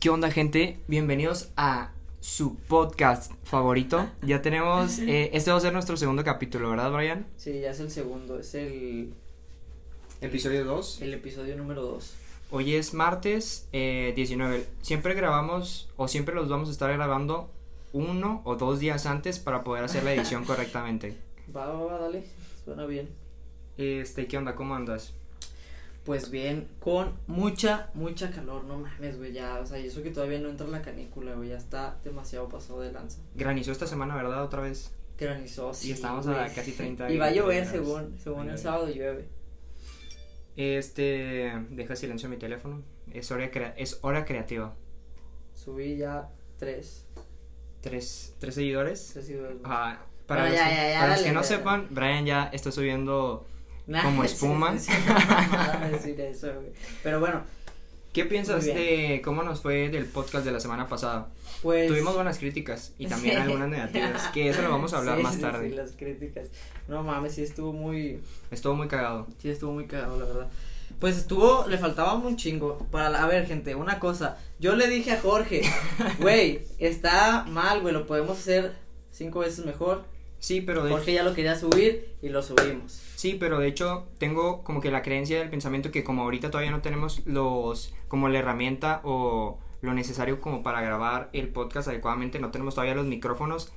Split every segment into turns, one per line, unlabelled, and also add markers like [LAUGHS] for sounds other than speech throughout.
¿Qué onda, gente? Bienvenidos a su podcast favorito. Ya tenemos. eh, este va a ser nuestro segundo capítulo, ¿verdad, Brian?
Sí, ya es el segundo, es el,
Episodio 2.
el episodio número 2.
Hoy es martes eh, 19. Siempre grabamos, o siempre los vamos a estar grabando uno o dos días antes para poder hacer la edición correctamente.
Va, va, va, dale, suena bien.
Este, ¿qué onda? ¿Cómo andas?
Pues bien, con mucha, mucha calor, no mames, güey, ya, o sea, y eso que todavía no entra la canícula, güey, ya está demasiado pasado de lanza.
Granizó esta semana, ¿verdad? Otra vez.
Granizó, sí,
y estábamos a
güey.
casi 30
Y va a llover
grados.
según, según el sábado llueve.
Este, deja silencio mi teléfono. Es hora, crea- es hora creativa.
Subí ya tres,
Tres, tres seguidores.
tres y dos. güey.
Ajá. Para,
Bueno,
los,
ya,
que,
ya, ya,
para los
dale,
que no
dale.
sepan, Brian ya está subiendo.
Nah,
como
sí,
espuma.
sí, sí, nada de decir eso, güey. Pero bueno,
¿Qué piensas
Muy
de cómo nos fue del podcast de la semana pasada?
pues.
Tuvimos buenas críticas y también
[LAUGHS]
algunas negativas, que eso lo vamos a hablar
Sí,
más
sí,
tarde.
Sí, las críticas. No mames, sí estuvo muy.
Estuvo muy cagado.
Sí, estuvo muy cagado, la verdad. Pues estuvo, le faltaba un chingo. Para la- a ver, gente, una cosa. Yo le dije a [LAUGHS] Jorge, güey, está mal, güey, lo podemos hacer cinco veces mejor.
Sí, pero de,
Jorge ya lo quería subir y lo subimos.
sí, pero de hecho tengo como que la creencia del pensamiento que como ahorita todavía no tenemos los como la herramienta o lo necesario como para grabar el podcast adecuadamente, no tenemos todavía los micrófonos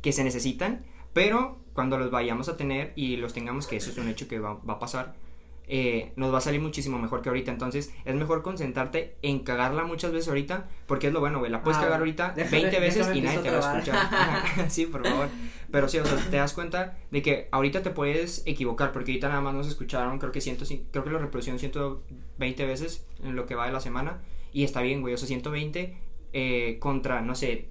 que se necesitan, pero cuando los vayamos a tener y los tengamos, que eso es un hecho que va, va a pasar, eh, nos va a salir muchísimo mejor que ahorita. Entonces, es mejor concentrarte en cagarla muchas veces ahorita, porque es lo bueno, güey. La puedes
Ah,
cagar
bueno.
ahorita
Déjame-
20 veces
déjame
y nadie te va a
empiezo a
escuchar.
[LAUGHS]
[LAUGHS] Ajá, sí, por favor. Pero sí, o sea, te das cuenta de que ahorita te puedes equivocar, porque ahorita nada más nos escucharon, creo que, 105 creo que lo reproducieron 120 veces en lo que va de la semana. Y está bien, güey. O sea, 120 eh, contra, no sé,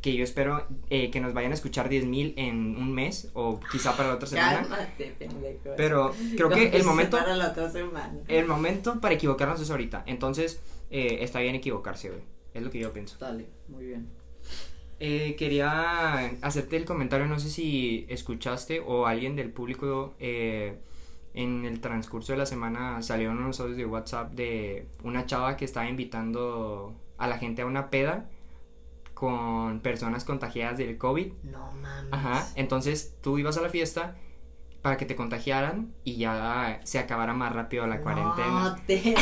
que yo espero eh, que nos vayan a escuchar 10.000 en un mes o quizá para la otra semana.
Cálmate, pendejo.
Pero creo que el momento,
pues, Para la otra semana.
el momento para equivocarnos es ahorita. Entonces, eh, está bien equivocarse, güey. Es lo que yo pienso.
Dale, muy bien.
Eh, quería hacerte el comentario, no sé si escuchaste o alguien del público eh, en el transcurso de la semana salieron unos audios de WhatsApp de una chava que estaba invitando a la gente a una peda con personas contagiadas del COVID.
No mames.
Ajá, entonces tú ibas a la fiesta para que te contagiaran y ya se acabara más rápido la cuarentena.
No te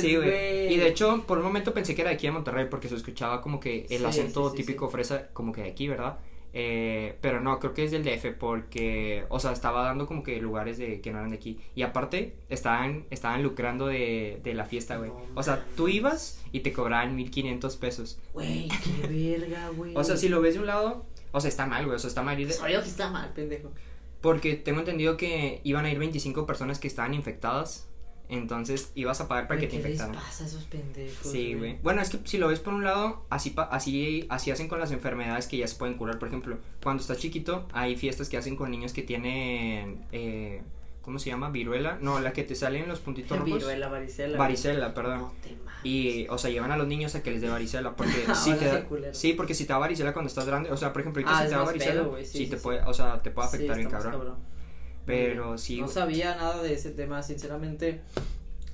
[LAUGHS] Sí, güey.
güey.
Y de hecho, por un momento pensé que era de aquí de Monterrey porque se escuchaba como que el
Sí,
acento
sí, sí,
típico fresa, como que de aquí, ¿verdad? Eh, pero no, creo que es del DF porque, o sea, estaba dando como que lugares de que no eran de aquí. Y aparte, estaban, estaban lucrando de, de la fiesta, güey.
No
O sea, tú ibas y te cobraban 1500 pesos.
Güey, qué verga, güey.
O sea, si lo ves de un lado, o sea, está mal, güey. O sea, está mal ir de-
Sabía que está mal, pendejo.
Porque tengo entendido que iban a ir 25 personas que estaban infectadas. Entonces ibas a pagar para que
Güey,
te
¿Qué les
infectaran.
pasa a esos pendejos?
Sí, güey. Bueno, es que si lo ves por un lado, así, pa- así, así hacen con las enfermedades que ya se pueden curar. Por ejemplo, cuando estás chiquito, hay fiestas que hacen con niños que tienen. eh, ¿Cómo se llama? ¿Viruela? No, la que te salen los puntitos rojos.
Viruela, varicela.
Varicela,
No
perdón.
te mames.
Y, o sea, llevan a los niños a que les dé varicela.
[LAUGHS]
Porque
Ah,
si te
ahora
da,
sí, culero.
Sí, porque si te da varicela cuando estás grande. O sea, por ejemplo,
Ah,
ahorita si
es
te da
más
varicela,
pedo, güey, sí,
sí,
sí,
te
sí.
puede. O sea, te puede
Sí,
afectar bien,
está más
cabrón. Pero
Güey,
sí,
No
güey.
sabía nada de ese tema, sinceramente.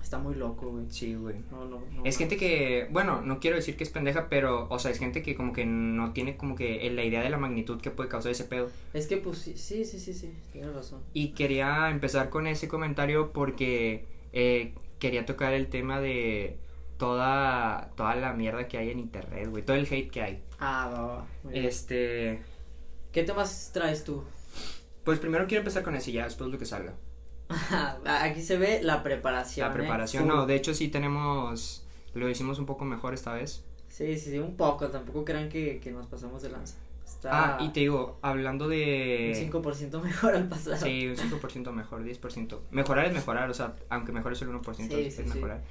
Está muy loco, güey.
Sí, güey.
No, no, no.
Es
no.
gente que, bueno, no quiero decir que es pendeja, pero, o sea, es gente que como que no tiene como que la idea de la magnitud que puede causar ese pedo.
Es que, pues, sí, sí, sí, sí, sí. Tienes razón.
Y quería empezar con ese comentario porque eh, quería tocar el tema de toda, toda la mierda que hay en internet, güey, todo el hate que hay.
Ah, va, va, va. Muy bien.
Este,
¿Qué temas traes tú? [LAUGHS]
pues primero quiero empezar con ese y ya después lo que salga.
Aquí se ve la preparación.
La
¿eh?
preparación,
Full.
no, de hecho sí tenemos, lo hicimos un poco mejor esta vez.
Sí, sí, sí, un poco. Tampoco crean que, que nos pasamos de lanza. Está
Ah, y te digo, hablando de...
un 5% mejor al pasado.
Sí, un 5% mejor, 10%. Mejorar es mejorar, o sea, aunque mejor es el 1%,
Sí,
es
sí,
es
sí.
mejorar.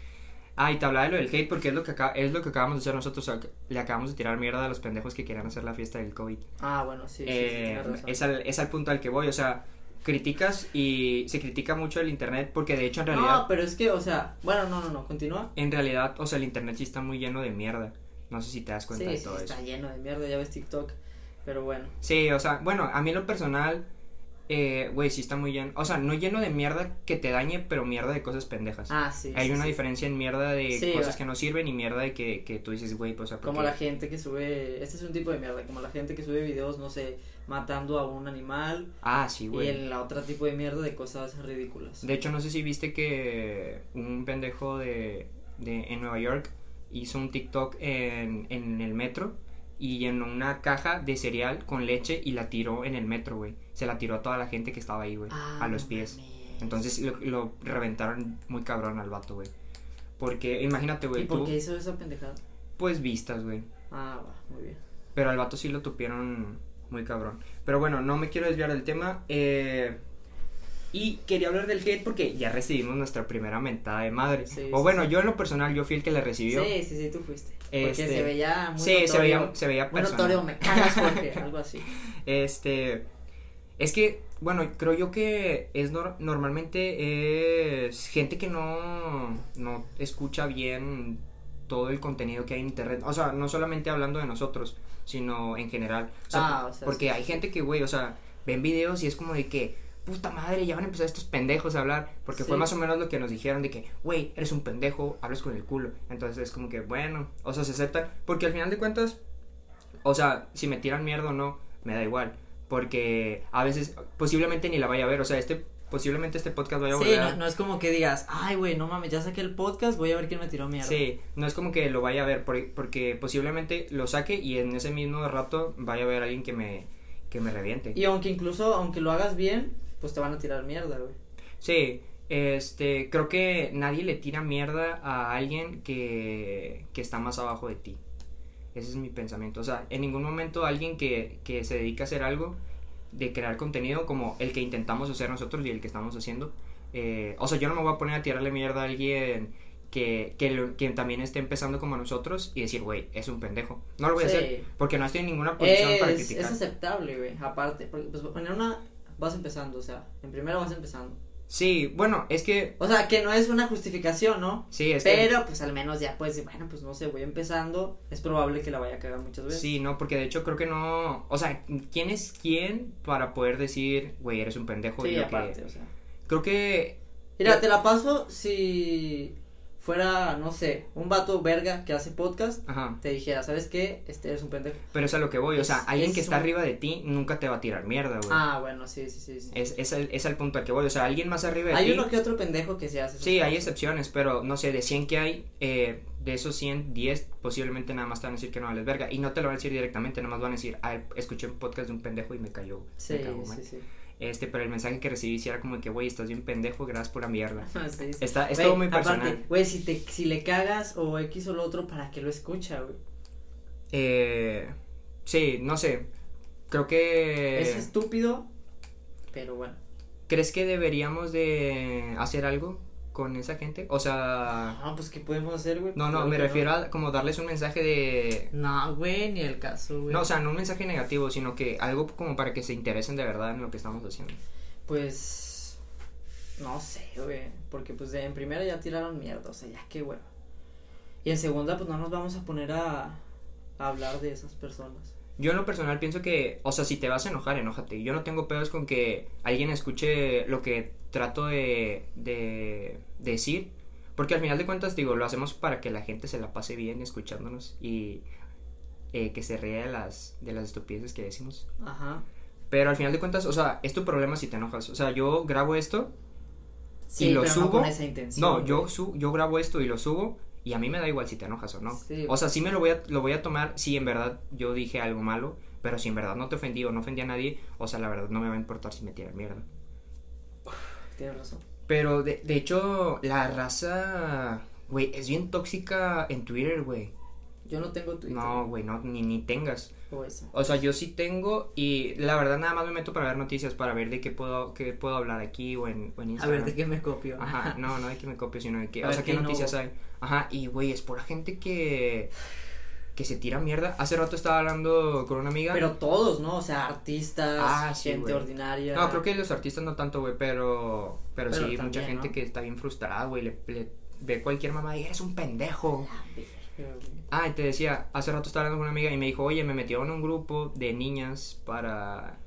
Ah, y te hablaba de lo del hate porque es lo que, acá, es lo que acabamos de hacer nosotros. o sea, que le acabamos de tirar mierda a los pendejos que quieran hacer la fiesta del COVID.
Ah, bueno, sí, sí, sí,
Eh,
tienes razón.
es, al, es al punto al que voy. O sea, criticas y se critica mucho el internet porque de hecho en realidad.
No, pero es que, o sea, bueno, no, no, no, continúa.
En realidad, o sea, el internet sí está muy lleno de mierda. No sé si te das cuenta
Sí,
de
sí,
todo eso.
está lleno de mierda, ya ves TikTok. Pero bueno,
Sí, o sea, bueno, a mí en lo personal, eh, güey, sí está muy lleno. O sea, no lleno de mierda que te dañe, pero mierda de cosas pendejas.
ah, sí.
Hay
sí,
una
sí.
diferencia en mierda de
Sí,
cosas
va.
que no sirven y mierda de que, que tú dices, güey, pues, o sea, ¿por
Como
qué?
la gente que sube, este es un tipo de mierda, como la gente que sube videos, no sé, matando a un animal
Ah, sí,
y
güey.
el otro tipo de mierda de cosas ridículas.
De hecho, no sé si viste que un pendejo de, de- en Nueva York hizo un TikTok en, en el metro y llenó una caja de cereal con leche y la tiró en el metro, güey. Se la tiró a toda la gente que estaba ahí, güey,
Ah,
a los
no
pies.
mames.
Entonces lo, lo reventaron muy cabrón al vato, güey. Porque, imagínate,
¿Y
güey,
por
tú,
qué hizo esa pendejada?
pues vistas, güey.
Ah, va, muy bien.
Pero al vato sí lo tupieron muy cabrón. Pero bueno, no me quiero desviar del tema. eh, y quería hablar del hate porque ya recibimos nuestra primera mentada de madre.
Sí,
o
sí,
bueno, yo en lo personal, yo fui el que la recibió.
Sí, sí, sí, tú fuiste.
Este,
Porque se veía muy
sí,
notorio.
se veía, se veía
Muy
personal.
notorio,
[LAUGHS]
me cagas, Jorge, algo así.
Este. Es que, bueno, creo yo que es nor- normalmente es gente que no, no escucha bien todo el contenido que hay en internet. O sea, no solamente hablando de nosotros, sino en general. O sea,
Ah, o sea,
porque
sí,
hay gente que, güey, o sea, ven videos y es como de que, puta madre, ya van a empezar estos pendejos a hablar. Porque fue
Sí.
más o menos lo que nos dijeron de que, güey, eres un pendejo, hablas con el culo. Entonces es como que, bueno, o sea, se aceptan. Porque al final de cuentas, o sea, si me tiran mierda o no, me da igual. Porque a veces posiblemente ni la vaya a ver. O sea, este posiblemente este podcast vaya a
Sí,
volver. a-
no, no es como que digas, ay, güey, no mames, ya saqué el podcast, voy a ver quién me tiró mierda.
Sí, no es como que lo vaya a ver, por- porque posiblemente lo saque y en ese mismo rato vaya a haber alguien que me, que me reviente.
Y aunque incluso, aunque lo hagas bien, pues te van a tirar mierda, güey.
Sí, este, creo que nadie le tira mierda a alguien que, que está más abajo de ti. Ese es mi pensamiento. O sea, en ningún momento alguien que, que se dedica a hacer algo, de crear contenido como el que intentamos hacer nosotros y el que estamos haciendo. eh, o sea, yo no me voy a poner a tirarle mierda a alguien que, que, lo- que también esté empezando como nosotros y decir, güey, es un pendejo. No lo voy
Sí.
a hacer porque no estoy en ninguna posición para
Es, es
criticar.
aceptable, güey, aparte. Porque, pues, en una vas empezando, o sea, en primero vas empezando.
Sí, bueno, es que...
O sea, que no es una justificación, ¿no?
Sí, es que...
Pero, pues, al menos ya puedes decir, bueno, pues, no sé, voy empezando. Es probable que la vaya a cagar muchas veces.
Sí, no, porque de hecho creo que no. O sea, ¿quién es quién para poder decir, güey, eres un pendejo?
Sí,
y lo
aparte,
que...
o sea.
Creo que.
Mira, te la paso si fuera, no sé, un vato verga que hace podcast,
Ajá.
te dijera, ¿sabes qué? Este eres un pendejo.
Pero es a lo que voy. O sea,
Es-
alguien que
es
está
un-
arriba de ti nunca te va a tirar mierda, güey.
Ah, bueno, sí, sí, sí. sí.
Es, es, el, es el punto al que voy. O sea, alguien más arriba de
Hay
ti.
uno que otro pendejo que se hace. esas
Eh, Sí, hay
cosas.
excepciones, pero no sé, de 100 que hay, eh, de esos 100, 10 posiblemente nada más te van a decir que no vales verga. Y no te lo van a decir directamente, nada más van a decir, ah, escuché un podcast de un pendejo y me cayó. me
Sí,
cagó mal".
sí, sí.
Este, pero el mensaje que recibí sí era como que, güey, estás bien pendejo, gracias por la mierda.
Ah, sí, sí.
Está, es
Güey,
todo muy personal.
Aparte, güey, si, te, si le cagas o X o lo otro, ¿para qué lo escucha, güey?
Eh, sí, no sé. Creo que...
Es estúpido, pero bueno.
¿Crees que deberíamos de hacer algo con esa gente? O sea...
Ah, pues, ¿qué podemos hacer, güey?
No, no,
Claro
me
que
refiero a como darles un mensaje de...
No, güey, ni el caso, güey.
No, o sea, no un mensaje negativo, sino que algo como para que se interesen de verdad en lo que estamos haciendo.
Pues. No sé, güey. Porque, pues, de- en primera ya tiraron mierda, o sea, ya qué hueva. Y en segunda, pues, no nos vamos a poner a, a hablar de esas personas.
Yo en lo personal pienso que, o sea, si te vas a enojar, enójate. Yo no tengo pedos con que alguien escuche lo que trato de, de decir. Porque al final de cuentas, digo, lo hacemos para que la gente se la pase bien escuchándonos y eh, que se ría de las, de las estupideces que decimos.
Ajá.
Pero al final de cuentas, o sea, es tu problema si te enojas. O sea, yo grabo esto.
Sí,
¿Y lo
pero
subo?
no con esa intención.
No,
güey.
yo, su- yo grabo esto y lo subo y a mí me da igual si te enojas o no.
Sí.
O sea, sí me lo voy, a, lo voy a tomar si en verdad yo dije algo malo, pero si en verdad no te ofendí o no ofendí a nadie, o sea, la verdad no me va a importar si me tiran mierda.
Tienes razón.
Pero de, de hecho, la raza, güey, es bien tóxica en Twitter, güey.
Yo no tengo Twitter.
No, güey, no, ni, ni tengas.
O eso.
O sea, yo sí tengo y la verdad nada más me meto para ver noticias, para ver de qué puedo, qué puedo hablar aquí o en, o en
A
Instagram.
ver, ¿de qué me copio?
Ajá, no, no de que me copio, sino de que,
A
o
ver,
sea, qué
¿qué
noticias
no?
hay. Ajá, y güey, es pura gente que, que se tira mierda. Hace rato estaba hablando con una amiga.
Pero todos, ¿no? O sea, artistas,
Ah, sí,
gente
güey.
ordinaria.
No, creo que los artistas no tanto, güey, pero, pero,
Pero
sí, mucha
también,
gente
¿no?
que está bien frustrada, güey, le, le ve cualquier mamá y eres un pendejo. Ah, y te decía, hace rato estaba hablando con una amiga y me dijo, oye, me metieron a un grupo de niñas para,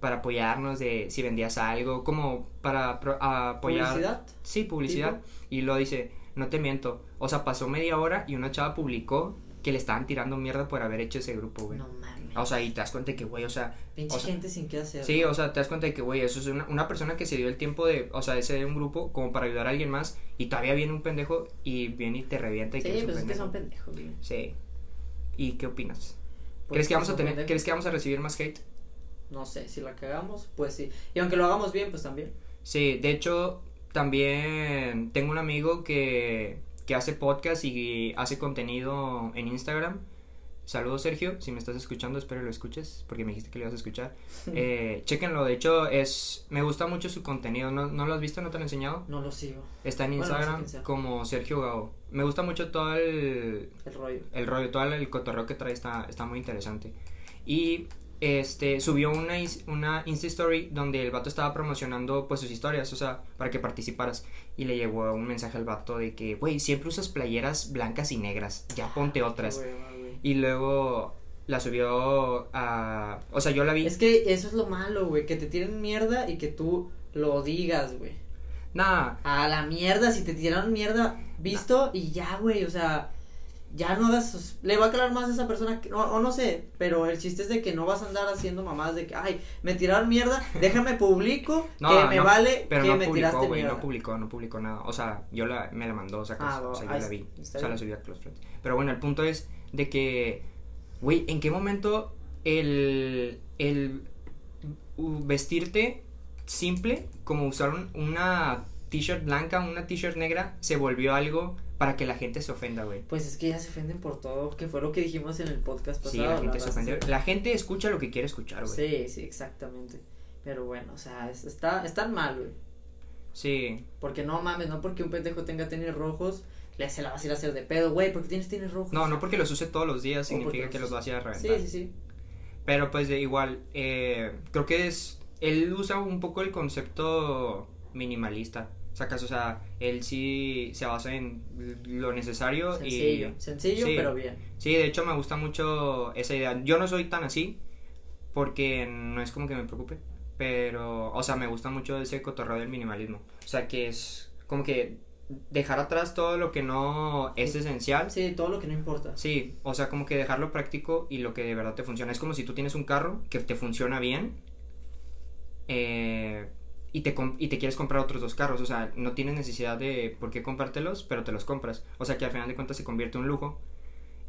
para apoyarnos de si vendías algo, como para pro- a apoyar...
¿Publicidad?
Sí, publicidad. Y lo dice, no te miento. O sea, pasó media hora y una chava publicó que le estaban tirando mierda por haber hecho ese grupo, güey. Ah,
No mames.
O sea, y te das cuenta que, güey, o sea...
Pinche
o sea,
gente sin qué hacer.
Sí, o sea, te das cuenta de que, güey, eso es una, una persona que se dio el tiempo de, o sea, de ser un grupo como para ayudar a alguien más y todavía viene un pendejo y viene y te revienta y
Sí,
que eres un
pues es que
pendejo.
son pendejos, güey.
Sí. ¿Y qué opinas?
Pues
¿Crees que vamos a
son
tener,
pendejos.
crees que vamos a recibir más hate?
No sé, si la cagamos, pues sí. Y aunque lo hagamos bien, pues también.
Sí, de hecho, también tengo un amigo que, que hace podcast y hace contenido en Instagram. Saludos Sergio, si me estás escuchando, espero lo escuches, porque me dijiste que lo ibas a escuchar. Eh, chéquenlo, de hecho, es me gusta mucho su contenido. ¿No, no lo has visto? ¿No te lo he enseñado?
No lo sigo.
Está en
Bueno, no sé
Instagram
quién sea.
como Sergio Gao. Me gusta mucho todo el,
El rollo.
el rollo, todo el cotorreo que trae está, está muy interesante. Y este subió una, is- una Insta Story donde el vato estaba promocionando pues sus historias, o sea, para que participaras. Y le llegó un mensaje al vato de que, güey, siempre usas playeras blancas y negras, ya ponte otras.
Ah, Qué hueva, güey.
Y luego la subió a... O sea, yo la vi...
Es que eso es lo malo, güey. Que te tiren mierda y que tú lo digas, güey.
Nah,
A la mierda, si te tiraron mierda, visto y ya, güey, o sea, ya no hagas, sus- le va a calar más a esa persona, que- o, o no sé, pero el chiste es de que no vas a andar haciendo mamadas de que, ay, me
[LAUGHS]
tiraron mierda, déjame publico,
no,
que me
no,
vale
pero
que
no
me
publicó,
tiraste
güey,
mierda.
no publicó, no publicó nada. O sea, yo la, me la mandó, o sea,
Ah,
que- o sea,
ah,
yo la vi. O
está
sea, la
bien.
subí a Close Friends. Pero bueno, el punto es de que, güey, ¿en qué momento el, el u- vestirte simple, como usar un- una t-shirt blanca, una t-shirt negra, se volvió algo para que la gente se ofenda, güey?
Pues es que ya se ofenden por todo, que fue lo que dijimos en el podcast pasado.
Sí, la gente
¿verdad?
se ofendió. La gente escucha lo que quiere escuchar, güey.
Sí, sí, exactamente. Pero bueno, o sea, es- está, están mal, güey.
sí.
Porque no mames, no porque un pendejo tenga tenis rojos, le se la vas a ir a hacer de pedo, güey, porque tienes tenis rojos.
No, no porque los use todos los días
O porque
significa que
los
los vas a ir a
Sí,
reventar.
sí, sí.
Pero pues de igual, eh, creo que es, él usa un poco el concepto minimalista. Sacas, o sea, él sí se basa en lo necesario
Sencillo,
y...
sencillo
sí.
pero bien.
Sí, de hecho me gusta mucho esa idea. Yo no soy tan así porque no es como que me preocupe, pero, o sea, me gusta mucho ese cotorreo del minimalismo. O sea, que es como que dejar atrás todo lo que no es esencial
Sí, todo lo que no importa.
Sí, o sea, como que dejarlo práctico y lo que de verdad te funciona. Es como si tú tienes un carro que te funciona bien eh, y, te com- y te quieres comprar otros dos carros. O sea, no tienes necesidad de por qué comprártelos, pero te los compras. O sea, que al final de cuentas se convierte en un lujo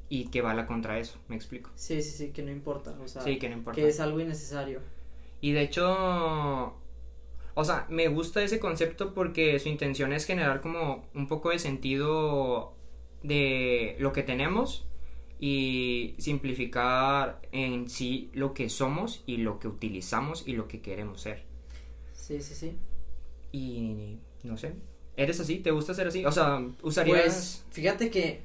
y que va la contra eso. ¿Me explico?
Sí, sí, sí, que no importa. O sea,
Sí, que no importa.
que es algo innecesario.
Y de hecho, o sea, me gusta ese concepto porque su intención es generar como un poco de sentido de lo que tenemos y simplificar en sí lo que somos y lo que utilizamos y lo que queremos ser.
Sí, sí, sí.
Y no sé, ¿eres así? ¿Te gusta ser así? O sea, usarías...
Pues, fíjate que.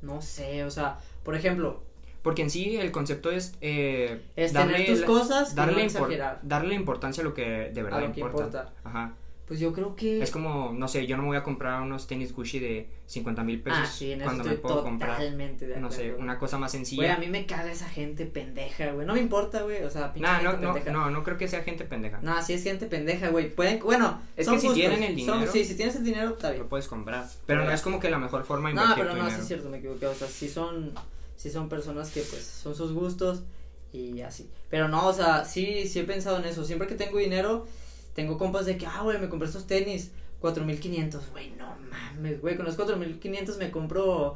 No sé, o sea, por ejemplo,
Porque en sí el concepto es... eh,
Es tener tus
la-
cosas y no
impor-
exagerar.
darle importancia a lo que de verdad
lo que importa.
Ajá.
pues yo creo que.
Es como, no sé, yo no me voy a comprar unos tenis Gucci de 50 mil pesos
ah, sí, en eso
cuando
estoy
me puedo comprar,
totalmente de
no
acuerdo.
sé, una cosa más
Güey,
sencilla.
a mí me caga esa gente pendeja, güey. No me importa, güey. O sea, pinche
Nah, no,
gente
no,
pendeja.
no, no creo que sea gente pendeja.
No, sí es gente pendeja, güey. Pueden, bueno,
Es
son
que si
gustos,
tienen el
son-
dinero-
sí, si tienes el dinero, está bien.
Lo puedes comprar. Pero no es como que la mejor forma de
No,
invertir
pero
tu
no, sí
dinero.
es cierto, me equivoqué. O sea, sí son, sí son personas que pues son sus gustos y así. Pero no, o sea, sí, sí he pensado en eso. Siempre que tengo dinero, tengo compas de que, ah, güey, me compré estos tenis. 4500, güey, no mames, güey. Con los 4500 me compro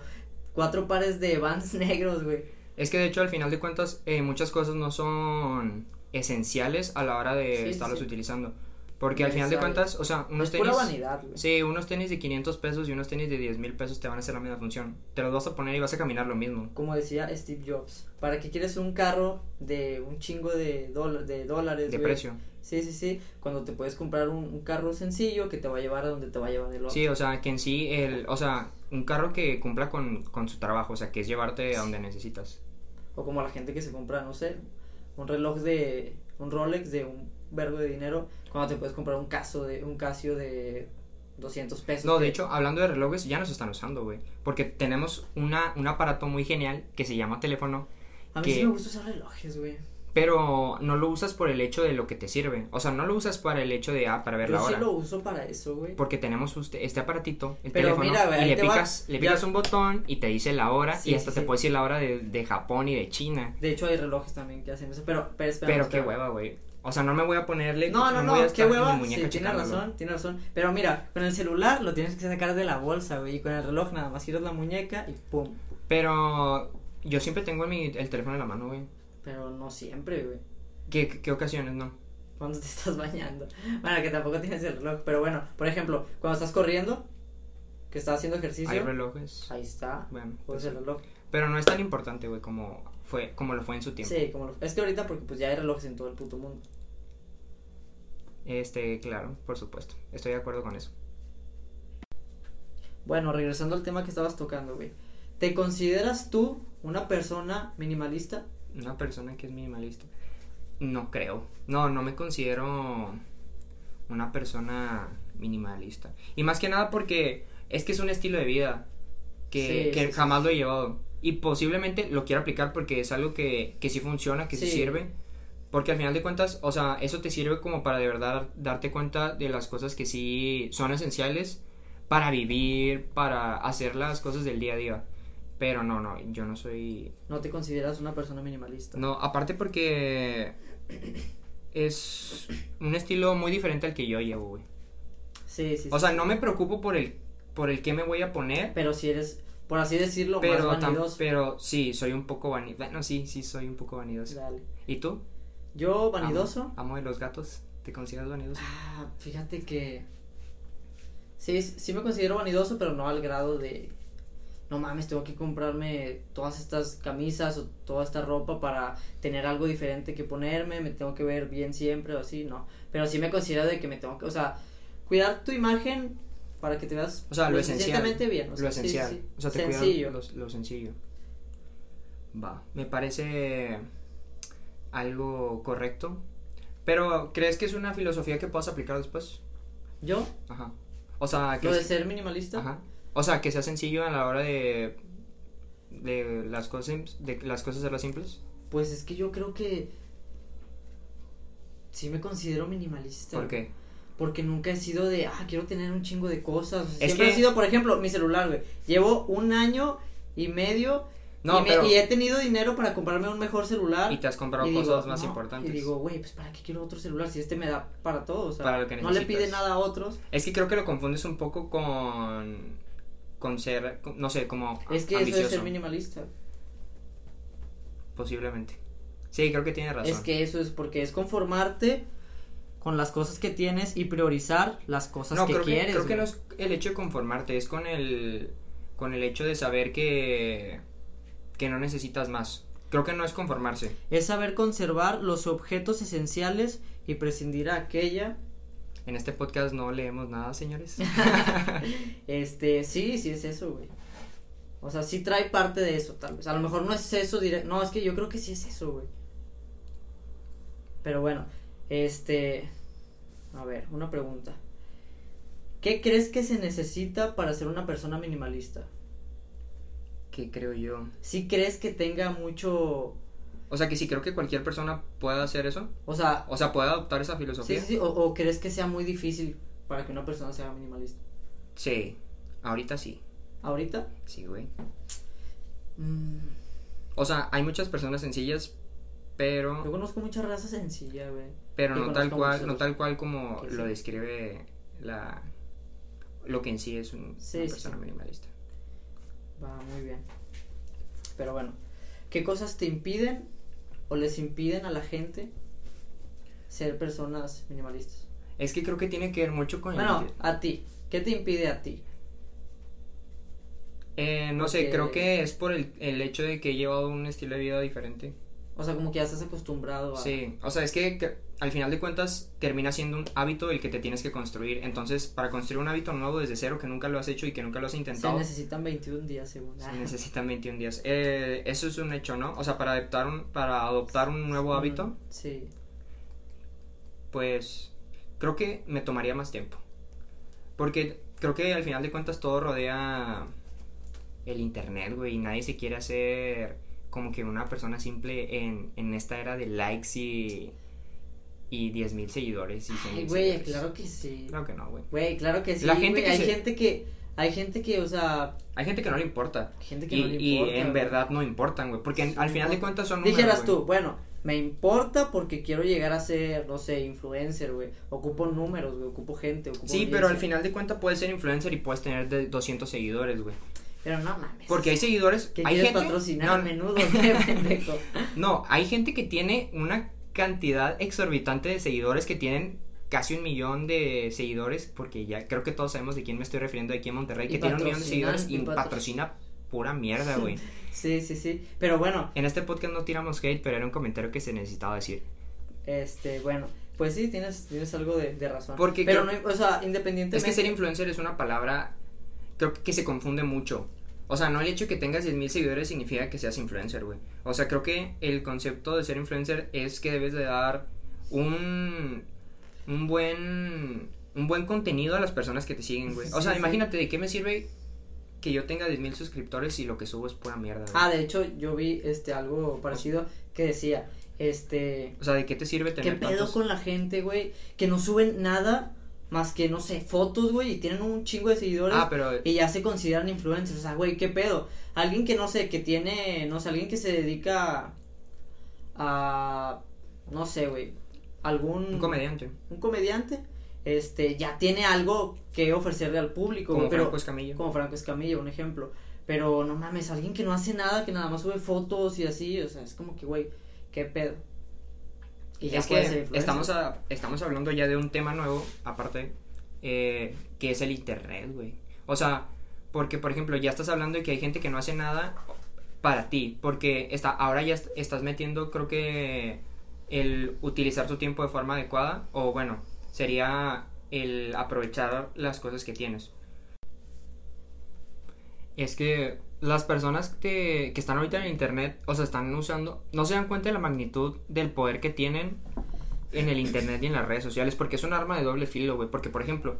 cuatro pares de vans [LAUGHS] negros, güey.
Es que de hecho al final de cuentas eh, muchas cosas no son esenciales a la hora de
Sí, sí,
estarlos
sí.
utilizando. Porque al final de
Necesario.
cuentas, o sea, unos
es
tenis...
pura vanidad, güey.
Sí, unos tenis de 500 pesos y unos tenis de 10 mil pesos te van a hacer la misma función. Te los vas a poner y vas a caminar lo mismo.
Como decía Steve Jobs, ¿para qué quieres un carro de un chingo de, dola- de dólares?
De
Pues, güey?
precio.
Sí, sí, sí. Cuando te puedes comprar un, un carro sencillo que te va a llevar a donde te va a llevar el otro.
Sí, o sea, que en sí, el, o sea, un carro que cumpla con, con su trabajo, o sea, que es llevarte a donde necesitas.
O como la gente que se compra, no sé, un reloj de. un Rolex de un vergo de dinero. Cuando te puedes comprar un caso de. un Casio de 200 pesos.
No, de
que-
hecho, hablando de relojes, ya nos están usando, güey. Porque tenemos una, un aparato muy genial que se llama teléfono,
A mí
que-
sí me gusta usar relojes, güey.
pero no lo usas por el hecho de lo que te sirve. O sea, no lo usas para el hecho de, ah, para ver
Yo
la
sí
hora.
lo uso para eso, güey.
Porque tenemos usted- este aparatito, el
Pero
teléfono,
mira, güey,
y
ahí
le
te va.
picas, le
Ya.
picas un botón y te dice la hora
Sí,
y hasta
sí,
te
sí.
puede decir la hora de, de Japón y de China.
De hecho, hay relojes también que hacen eso. Pero, pero, espera,
pero qué
espera.
hueva, güey. O sea, no me voy a ponerle...
No,
voy
no,
a
no, qué
estar mi
hueva.
muñeca
Sí, tiene
checándolo.
razón, tiene razón. Pero mira, con el celular lo tienes que sacar de la bolsa, güey. Y con el reloj nada más giras la muñeca y pum.
Pero yo siempre tengo en mi- el teléfono en la mano, güey.
Pero no siempre, güey.
¿Qué, qué, qué ocasiones no?
Cuando te estás bañando. Bueno, que tampoco tienes el reloj. Pero bueno, por ejemplo, cuando estás corriendo, que estás haciendo ejercicio.
Hay relojes.
Ahí está.
Bueno,
Pues el reloj.
pero no es tan importante, güey, como fue como lo fue en su tiempo.
Sí, como lo- es que ahorita porque pues ya hay relojes en todo el puto mundo.
Este, claro, por supuesto. Estoy de acuerdo con eso.
Bueno, regresando al tema que estabas tocando, güey. ¿Te consideras tú una persona minimalista?
Una persona que es minimalista. No creo. No, no me considero una persona minimalista. Y más que nada porque es que es un estilo de vida que,
Sí,
que
sí, sí.
jamás lo he llevado. Y posiblemente lo quiero aplicar porque es algo que, que sí funciona, que sí.
Sí.
sirve. Porque al final de cuentas, o sea, eso te sirve como para de verdad darte cuenta de las cosas que sí son esenciales para vivir, para hacer las cosas del día a día. Pero no, no, yo no soy
¿No te consideras una persona minimalista?
no, aparte porque es un estilo muy diferente al que yo llevo, güey.
Sí, sí.
O
sí.
sea, no me preocupo por el por el que me voy a poner,
pero si eres, por así decirlo,
pero
más
tam-
vanidoso.
pero sí, soy un poco vanidoso. Bueno, sí, sí soy un poco vanidoso.
Dale.
¿Y tú?
Yo, vanidoso.
Amo, amo de los gatos. ¿Te consideras vanidoso?
Ah, fíjate que. Sí, sí me considero vanidoso, pero no al grado de. No mames, tengo que comprarme todas estas camisas o toda esta ropa para tener algo diferente que ponerme, me tengo que ver bien siempre o así, no. Pero sí me considero de que me tengo que. O sea, cuidar tu imagen para que te veas
O sea, lo, esencial.
suficientemente Pues, bien. o sea,
lo
sí, sí,
esencial.
sí.
O sea, te cuidan
Sencillo.
los- lo, sencillo. Va, me parece algo correcto. Pero, ¿crees que es una filosofía que puedas aplicar después?
Yo,
Ajá. O sea, que
lo de
es-
ser minimalista.
ajá. O sea, que sea sencillo a la hora de de las cosas sim- de las cosas hacerlas simples.
Pues es que yo creo que sí me considero minimalista.
¿Por qué?
Porque nunca he sido de, ah, quiero tener un chingo de cosas. O sea,
Es
siempre
que-
he sido, por ejemplo, mi celular, güey. Llevo un año y medio
No,
y, me-
pero
y he tenido dinero para comprarme un mejor celular.
y te has comprado
Y digo,
cosas más
no,
importantes.
Y digo, güey, pues ¿para qué quiero otro celular si este me da para todo? O sea,
Para lo que
no le
necesitas.
pide nada a otros.
es que creo que lo confundes un poco con con ser con- no sé, como
Es que eso
Ah, ambicioso,
es ser minimalista.
posiblemente. Sí, creo que tiene razón.
Es que eso es porque es conformarte con las cosas que tienes y priorizar las cosas
no,
que
creo
quieres.
que, creo que
güey.
no es el hecho de conformarte, es con el con el hecho de saber que que no necesitas más. Creo que no es conformarse.
Es saber conservar los objetos esenciales y prescindir a aquella.
En este podcast no leemos nada,
[LAUGHS]
señores.
Este, sí, sí es eso, güey. O sea, sí trae parte de eso, tal vez. A lo mejor no es eso directo. No, es que yo creo que sí es eso, güey. Pero bueno, este. A ver, una pregunta. ¿Qué crees que se necesita para ser una persona minimalista?
¿Qué creo yo?
¿Sí crees que tenga mucho.
O sea, que sí creo que cualquier persona pueda hacer eso.
O sea,
O sea, puede adoptar esa
sí,
filosofía.
sí, sí, o- o crees que sea muy difícil para que una persona sea minimalista?
Sí, ahorita sí.
¿Ahorita?
Sí, güey.
Mm,
O sea, hay muchas personas sencillas,
Yo
pero
conozco mucha raza sencilla, güey.
pero
yo
no tal
conozco
cual,
muchos
no tal cual como
que
lo
sí.
describe la lo que en sí es un-
Sí,
una
sí,
persona
sí.
minimalista.
Va muy bien. Pero bueno, ¿qué cosas te impiden o les impiden a la gente ser personas minimalistas?
Es que creo que tiene que ver mucho con el-
Bueno, a ti. ¿Qué te impide a ti?
Eh, no sé,
porque-
creo que es por el, el hecho de que he llevado un estilo de vida diferente.
O sea, como que ya estás acostumbrado a...
Sí, o sea, es que cre- al final de cuentas termina siendo un hábito el que te tienes que construir. Entonces, para construir un hábito nuevo desde cero que nunca lo has hecho y que nunca lo has
Se
intentado,
necesitan 21 días, según. Ah.
se necesitan 21 días. Eh, eso es un hecho, ¿no? O sea, para adoptar un, para adoptar un nuevo hábito,
Mm, Sí.
pues creo que me tomaría más tiempo. Porque creo que al final de cuentas todo rodea el internet, güey, y nadie se quiere hacer como que una persona simple en, en esta era de likes y, y 10.000 seguidores. Y
Ay,
100.000
güey,
seguidores.
claro que sí.
Claro que no, güey.
Güey, claro que sí.
La gente
güey.
que
hay
se-
gente que... Hay gente que, o sea...
Hay gente que no le importa.
Gente que
Y,
no le
y
importa.
en
güey.
verdad no importan, güey. Porque
Sí,
al final de
güey.
cuentas son números.
Dijeras
güey.
tú, bueno, me importa porque quiero llegar a ser, no sé, influencer, güey. Ocupo números, güey. Ocupo gente, ocupo
Sí, pero al
audiencia.
final de cuentas puedes ser influencer y puedes tener de 200 seguidores, güey.
Pero no mames.
Porque hay seguidores.
¿Qué
hay
quieres
gente,
patrocinar
no,
a menudo, [LAUGHS] qué pendejo?
No, hay gente que tiene una cantidad exorbitante de seguidores que tienen casi un millón de seguidores, porque ya creo que todos sabemos de quién me estoy refiriendo aquí en Monterrey,
Y
que tiene un millón de
patrocinan,
seguidores y
y patro-
patrocina pura mierda,
[LAUGHS]
güey.
Sí, sí, sí. Pero bueno,
en este podcast no tiramos hate, pero era un comentario que se necesitaba decir.
este, bueno. Pues sí, tienes, tienes algo de, de razón.
Porque
pero
creo-
no, o sea, independientemente.
Es que ser influencer es una palabra, creo que se confunde mucho. O sea, no el hecho de que tengas 10.000 seguidores significa que seas influencer, güey. O sea, creo que el concepto de ser influencer es que debes de dar un, un buen un buen contenido a las personas que te siguen, güey. O sea,
Sí, sí.
imagínate de qué me sirve que yo tenga 10.000 suscriptores y lo que subo es pura mierda. güey.
Ah, de hecho, yo vi este algo parecido que decía, este,
o sea, ¿de qué te sirve
¿qué
tener
pedo
tantos?
con la gente, güey? Que no suben nada más que, no sé, fotos, güey, y tienen un chingo de seguidores.
Ah, pero
Y ya se consideran influencers, o sea, güey, ¿qué pedo? Alguien que no sé, que tiene, no sé, alguien que se dedica a, no sé, güey, algún...
un comediante,
Un comediante, este, ya tiene algo que ofrecerle al público,
como
güey, pero...
Franco Escamillo.
Como Franco Escamilla, un ejemplo. Pero no mames, alguien que no hace nada, que nada más sube fotos y así, o sea, es como que, güey, qué pedo. Y ya
es
puede ser
que
influencer.
estamos, a- estamos hablando ya de un tema nuevo, aparte, eh, que es el internet, güey. O sea, porque, por ejemplo, ya estás hablando de que hay gente que no hace nada para ti, porque está, ahora ya est- estás metiendo, creo que, el utilizar tu tiempo de forma adecuada, o bueno, sería el aprovechar las cosas que tienes. Es que las personas que, que están ahorita en internet, o sea, están usando, no se dan cuenta de la magnitud del poder que tienen en el internet y en las redes sociales, porque es un arma de doble filo, güey. Porque, por ejemplo,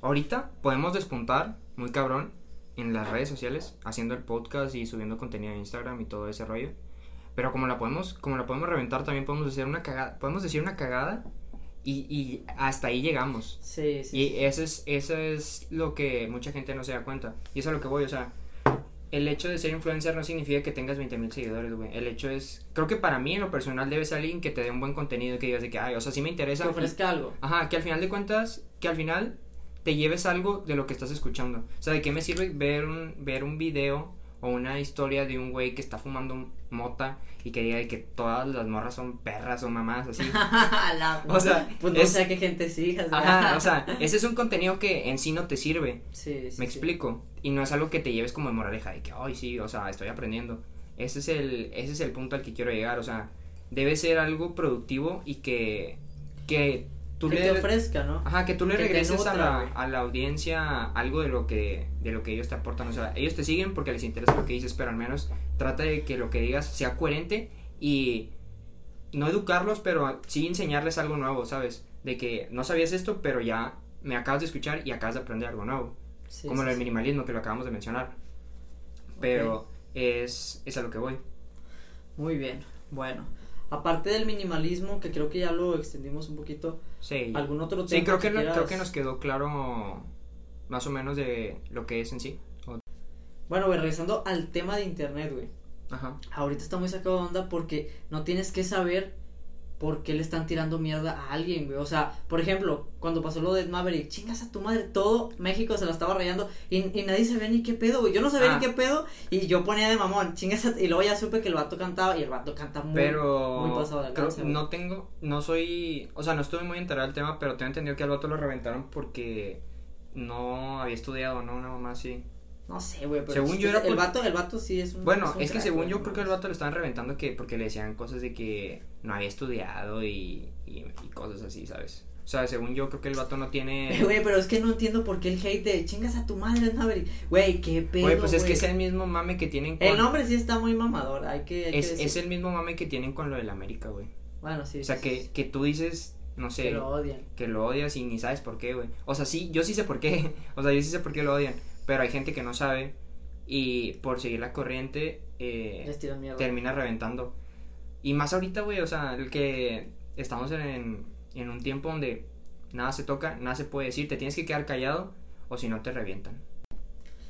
ahorita podemos despuntar muy cabrón en las redes sociales, haciendo el podcast y subiendo contenido en Instagram y todo ese rollo. Pero como la podemos, como la podemos reventar, también podemos hacer una cagada, podemos decir una cagada y, y hasta ahí llegamos.
Sí, sí.
Y eh, eso es, eso es lo que mucha gente no se da cuenta. Y eso es a lo que voy, o sea, el hecho de ser influencer no significa que tengas 20 mil seguidores, güey. El hecho es, creo que para mí en lo personal debe ser alguien que te dé un buen contenido y que digas de que, ay, o sea, sí me
que
interesa.
ofrezca algo. [LAUGHS]
Ajá, que al final de cuentas, que al final te lleves algo de lo que estás escuchando. O sea, ¿de qué me sirve ver un, ver un video o una historia de un güey que está fumando mota y que diga de que todas las morras son perras o mamás
[LAUGHS]
así?
La-
[LAUGHS] O sea,
pues no
es-
sé a qué gente sigas. güey.
Ajá, o sea, ese es un contenido que en sí no te sirve.
Sí, sí,
Me
sí.
explico. Y no es algo que te lleves como de moraleja de que, ay, sí, o sea, estoy aprendiendo. Ese es el, ese es el punto al que quiero llegar. O sea, debe ser algo productivo y que, que tú
que
le
te ofrezca, ¿no?
Ajá, que tú le
que te
regreses a,
nutra,
la,
güey.
a la audiencia algo de lo que de lo que ellos te aportan. O sea, ellos te siguen porque les interesa lo que dices, pero al menos trata de que lo que digas sea coherente y no educarlos, pero sí enseñarles algo nuevo, ¿sabes? De que no sabías esto, pero ya me acabas de escuchar y acabas de aprender algo nuevo
Sí,
como
sí,
lo del
sí.
minimalismo que lo acabamos de mencionar. Pero es, es a lo que voy.
Muy bien, bueno. Aparte del minimalismo, que creo que ya lo extendimos un poquito,
Sí,
¿algún otro tema?
sí creo, que, lo- creo
quieras?
que nos quedó claro más o menos de lo que es en sí. O-
Bueno, güey, regresando al tema de internet, güey.
Ajá.
Ahorita está muy sacado de onda porque no tienes que saber ¿por qué le están tirando mierda a alguien, güey? O sea, por ejemplo, cuando pasó lo de Maverick, chingas a tu madre, todo México se la estaba rayando y, y nadie sabía ni qué pedo, güey. Yo no sabía
Ah.
ni qué pedo y yo ponía de mamón, chingas a... Y luego ya supe que el vato cantaba y el vato canta muy,
Pero
muy pasado de
creo-
lanza, güey.
no tengo, no soy, o sea, no estuve muy enterado del tema, pero tengo entendido que al vato lo reventaron porque no había estudiado, ¿no? Una mamá así.
No sé, güey, pero
Según
el
yo era
chiste- el
por-
vato, el vato sí es un
Bueno,
un
es que
crack,
según
güey,
yo
no
creo que el
mames.
vato lo estaban reventando que porque le decían cosas de que no había estudiado y, y, y cosas así, ¿sabes? O sea, según yo creo que el vato no tiene...
[LAUGHS] Güey, pero es que no entiendo por qué el hate de chingas a tu madre, Maverick. Güey, qué pedo.
Güey, pues es que
güey.
es el mismo mame que tienen con...
El nombre sí está muy mamador, hay que. hay que
es,
decir.
es el mismo mame que tienen con lo del América, güey.
Bueno, sí.
O sea,
sí,
que,
sí,
que tú dices, no sé...
que lo odian.
que lo odias y ni sabes por qué, güey. O sea, sí, yo sí sé por qué. [LAUGHS] O sea, yo sí sé por qué lo odian. Pero hay gente que no sabe y por seguir la corriente eh,
Les tiran mierda.
termina reventando. Y más ahorita, güey, o sea, el que estamos en, en un tiempo donde nada se toca, nada se puede decir, te tienes que quedar callado o si no te revientan.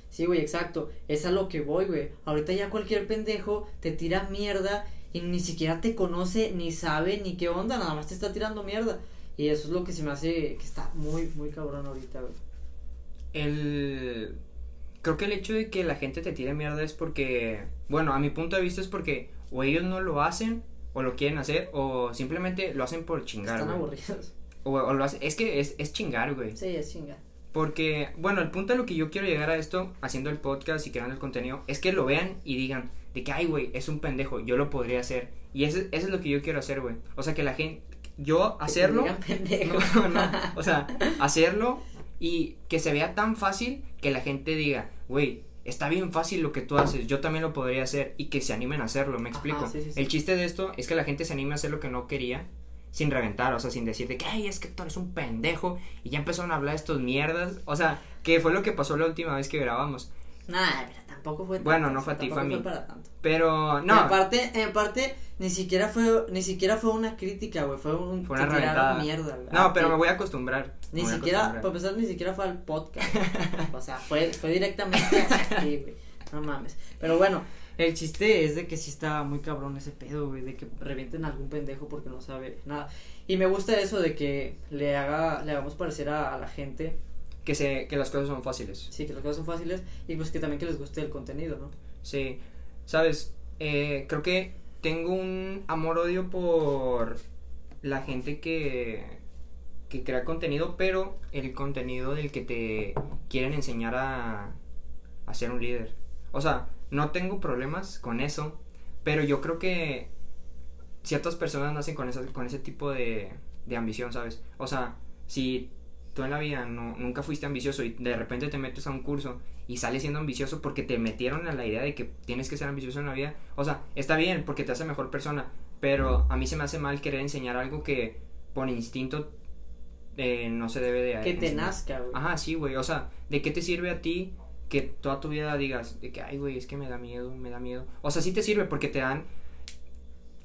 Sí, güey, exacto. Es a lo que voy, güey. Ahorita ya cualquier pendejo te tira mierda y ni siquiera te conoce, ni sabe, ni qué onda, nada más te está tirando mierda. Y eso es lo que se me hace que está muy, muy cabrón ahorita, güey.
El... Creo que el hecho de que la gente te tire mierda es porque, bueno, a mi punto de vista es porque o ellos no lo hacen o lo quieren hacer o simplemente lo hacen por chingar.
Están
güey.
aburridos. [LAUGHS]
O, o lo hace- es que es, es chingar, güey.
Sí, es chinga.
Porque, bueno, el punto de lo que yo quiero llegar a esto, haciendo el podcast y creando el contenido, es que lo vean y digan, de que, ay, güey, es un pendejo, yo lo podría hacer. Y eso, eso es lo que yo quiero hacer, güey. O sea, que la gente, yo hacerlo...
Que te digan pendejo.
[LAUGHS] No,
[LAUGHS]
no, o sea, hacerlo y que se vea tan fácil que la gente diga, güey, está bien fácil lo que tú haces, yo también lo podría hacer y que se animen a hacerlo, me
Ajá,
explico.
sí, sí, sí.
El chiste de esto es que la gente se anime a hacer lo que no quería sin reventar, o sea, sin decir de que, ay, es que tú eres un pendejo y ya empezaron a hablar estos mierdas, o sea, que fue lo que pasó la última vez que grabamos.
Nah, pero tampoco fue.
Bueno,
tanto,
no
o
fue
sea,
a ti,
tampoco
fue a mí.
fue para tanto.
Pero
No.
no,
Aparte, en parte, ni siquiera fue, ni siquiera fue una crítica, güey. Fue un
fue una
que tiraron
reventada.
mierda, güey.
no,
Ah,
pero
sí.
me voy a acostumbrar. me
Ni
voy a
siquiera, pues,
acostumbrar.
para empezar, ni siquiera fue al podcast.
[LAUGHS]
o sea, fue, fue directamente aquí, güey. No mames. Pero bueno, el chiste es de que sí está muy cabrón ese pedo, güey. De que revienten a algún pendejo porque no sabe nada. Y me gusta eso de que le haga, le hagamos parecer a, a la gente,
que se que las cosas son fáciles.
sí, que las cosas son fáciles y pues que también que les guste el contenido, ¿no?
Sí, sabes, eh, creo que tengo un amor-odio por la gente que, que crea contenido, pero el contenido del que te quieren enseñar a, a ser un líder. O sea, no tengo problemas con eso, pero yo creo que ciertas personas nacen con, esas, con ese tipo de, de ambición, ¿sabes? O sea, si tú en la vida no, nunca fuiste ambicioso y de repente te metes a un curso y sales siendo ambicioso porque te metieron a la idea de que tienes que ser ambicioso en la vida, o sea, está bien porque te hace mejor persona, pero a mí se me hace mal querer enseñar algo que por instinto eh, no se debe de...
Que te
enseñar.
nazca, güey.
Ajá, sí, güey. O sea, ¿de qué te sirve a ti que toda tu vida digas de que, ay, güey, es que me da miedo, me da miedo? O sea, sí te sirve porque te dan,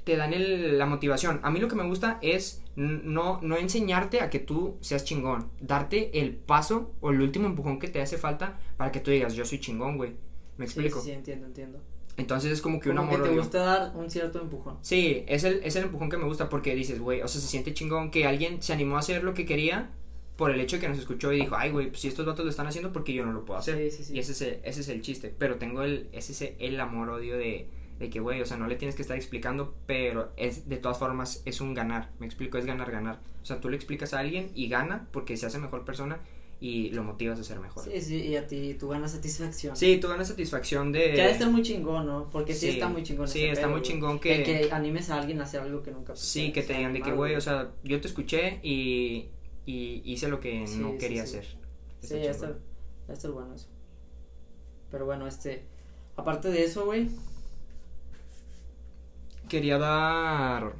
te dan el- la motivación. A mí lo que me gusta es n- no, no enseñarte a que tú seas chingón, darte el paso o el último empujón que te hace falta para que tú digas, yo soy chingón, güey. ¿Me
Sí,
explico?
sí, sí, entiendo, entiendo.
Entonces es como que
Como
un
que te
amor-odio.
gusta dar un cierto empujón.
Sí, es el, es el empujón que me gusta porque dices, güey, o sea, se siente chingón que alguien se animó a hacer lo que quería por el hecho de que nos escuchó y dijo, ay, güey, pues si estos vatos lo están haciendo, porque yo no lo puedo hacer?
Sí, sí, sí.
Y ese es, el, ese es el chiste. Pero tengo el, ese es el amor-odio de, de que, güey, o sea, no le tienes que estar explicando, pero es de todas formas es un ganar. Me explico, es ganar, ganar. O sea, tú le explicas a alguien y gana porque se hace mejor persona y lo motivas a ser mejor. Sí,
Sí, sí, y a ti, tú ganas satisfacción.
tú ganas satisfacción de...
Que ha de estar muy chingón, ¿no? Porque sí,
Sí,
está muy chingón.
sí,
ese
está
pedo,
muy
güey.
chingón que-
El que animes a alguien a hacer algo que nunca.
Sí, que te digan de que, güey, o sea, yo te escuché y, y hice lo que
Sí,
no
sí,
quería
sí.
hacer.
Sí,
Está
ya está,
chingón.
ya está bueno eso. Pero bueno, este. Aparte de eso, güey.
Quería dar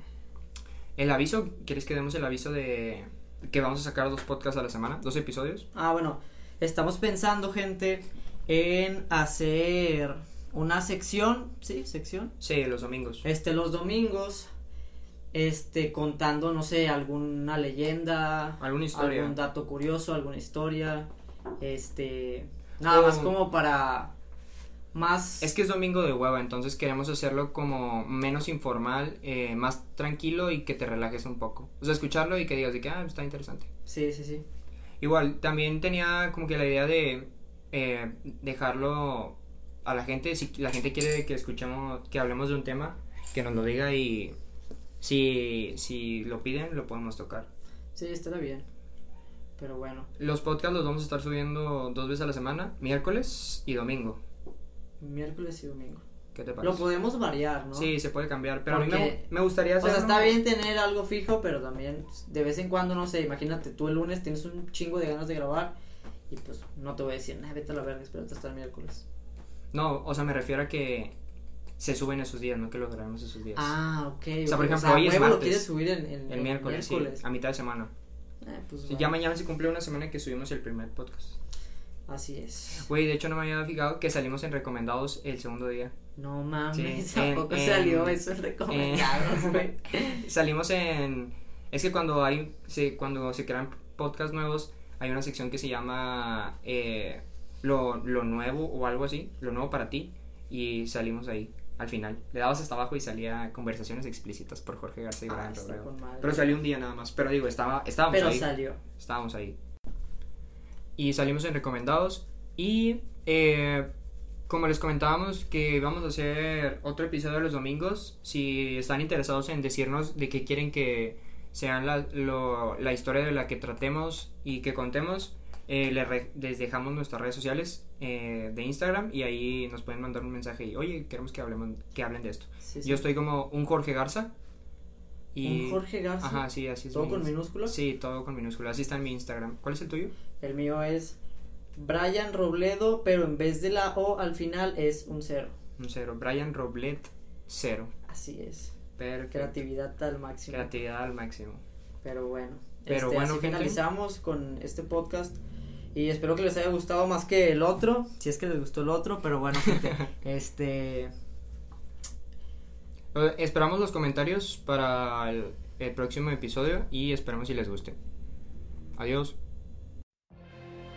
el aviso. ¿Quieres que demos el aviso de que vamos a sacar dos podcasts a la semana? ¿Dos episodios?
Ah, bueno. Estamos pensando, gente, en hacer una sección. Sí, sección.
Sí, los domingos.
Este, los domingos. Este, contando, no sé, alguna leyenda.
¿Alguna historia?
Algún dato curioso, alguna historia. Este. Nada más
O-
como para. más...
Es que es domingo de hueva, entonces queremos hacerlo como menos informal, eh, más tranquilo y que te relajes un poco. O sea, escucharlo y que digas de que, ah, está interesante.
Sí, sí, sí.
Igual, también tenía como que la idea de eh, dejarlo a la gente, si la gente quiere que escuchemos, que hablemos de un tema, que nos lo diga y si, si lo piden, lo podemos tocar.
Sí, estará bien. Pero bueno,
Los podcasts los vamos a estar subiendo dos veces a la semana, miércoles y domingo.
miércoles y domingo.
¿Qué te
Lo
parece?
podemos variar, ¿no?
Sí, se puede cambiar, pero a mí
Porque-
me, me gustaría
O sea,
hacerlo-
está bien tener algo fijo, pero también pues, de vez en cuando, no sé, imagínate, tú el lunes tienes un chingo de ganas de grabar y pues no te voy a decir, nah, vete a la verga, espérate hasta el miércoles.
No, o sea, me refiero a que se suben esos días, no que los grabemos esos días.
Ah, ok.
O sea, por
ok,
ejemplo,
a
hoy es
huevo lo
martes.
quieres subir en,
el
en- en
miércoles, sí, a mitad de semana.
Eh, pues,
Sí,
bueno,
Ya mañana se cumple una semana que subimos el primer podcast.
Así es.
Güey, de hecho no me había fijado que salimos en recomendados el segundo día.
No mames,
Sí, eh, en-
tampoco
en-
salió eso en
[LAUGHS]
recomendados,
en-
güey.
Salimos en... Es que cuando hay... se- cuando se crean podcasts nuevos, hay una sección que se llama eh, lo, lo nuevo o algo así. Lo nuevo para ti. Y salimos ahí, al final. Le dabas hasta abajo y salía conversaciones explícitas por Jorge García y
Ah,
Brian
está
Robledo.
con madre.
Pero salió un día nada más. Pero digo, estaba, estábamos
Pero
ahí.
salió.
Estábamos ahí. Y salimos en recomendados. Y eh, como les comentábamos que vamos a hacer otro episodio los domingos, si están interesados en decirnos de qué quieren que sean la, lo- la historia de la que tratemos y que contemos, eh, les, re- les dejamos nuestras redes sociales eh, de Instagram y ahí nos pueden mandar un mensaje y oye, queremos que, hablemos, que hablen de esto.
Sí, sí.
Yo estoy como un Jorge Garza. Y...
Un Jorge Garza.
Ajá, sí, así es.
¿Todo
mi
con
Insta.
minúsculas?
Sí, todo con minúsculas. Así está en mi Instagram. ¿Cuál es el tuyo?
El mío es Brian Robledo, pero en vez de la O al final es un cero.
Un cero. Brian Roblet, cero.
Así es.
Perfecto.
Creatividad al máximo.
Creatividad al máximo.
Pero bueno.
Pero
este,
bueno,
así
gente.
finalizamos con este podcast. Y espero que les haya gustado más que el otro. Si es que les gustó el otro, pero bueno,
[LAUGHS]
gente. este.
Eh, Esperamos los comentarios para el, el próximo episodio y esperamos si les guste. Adiós.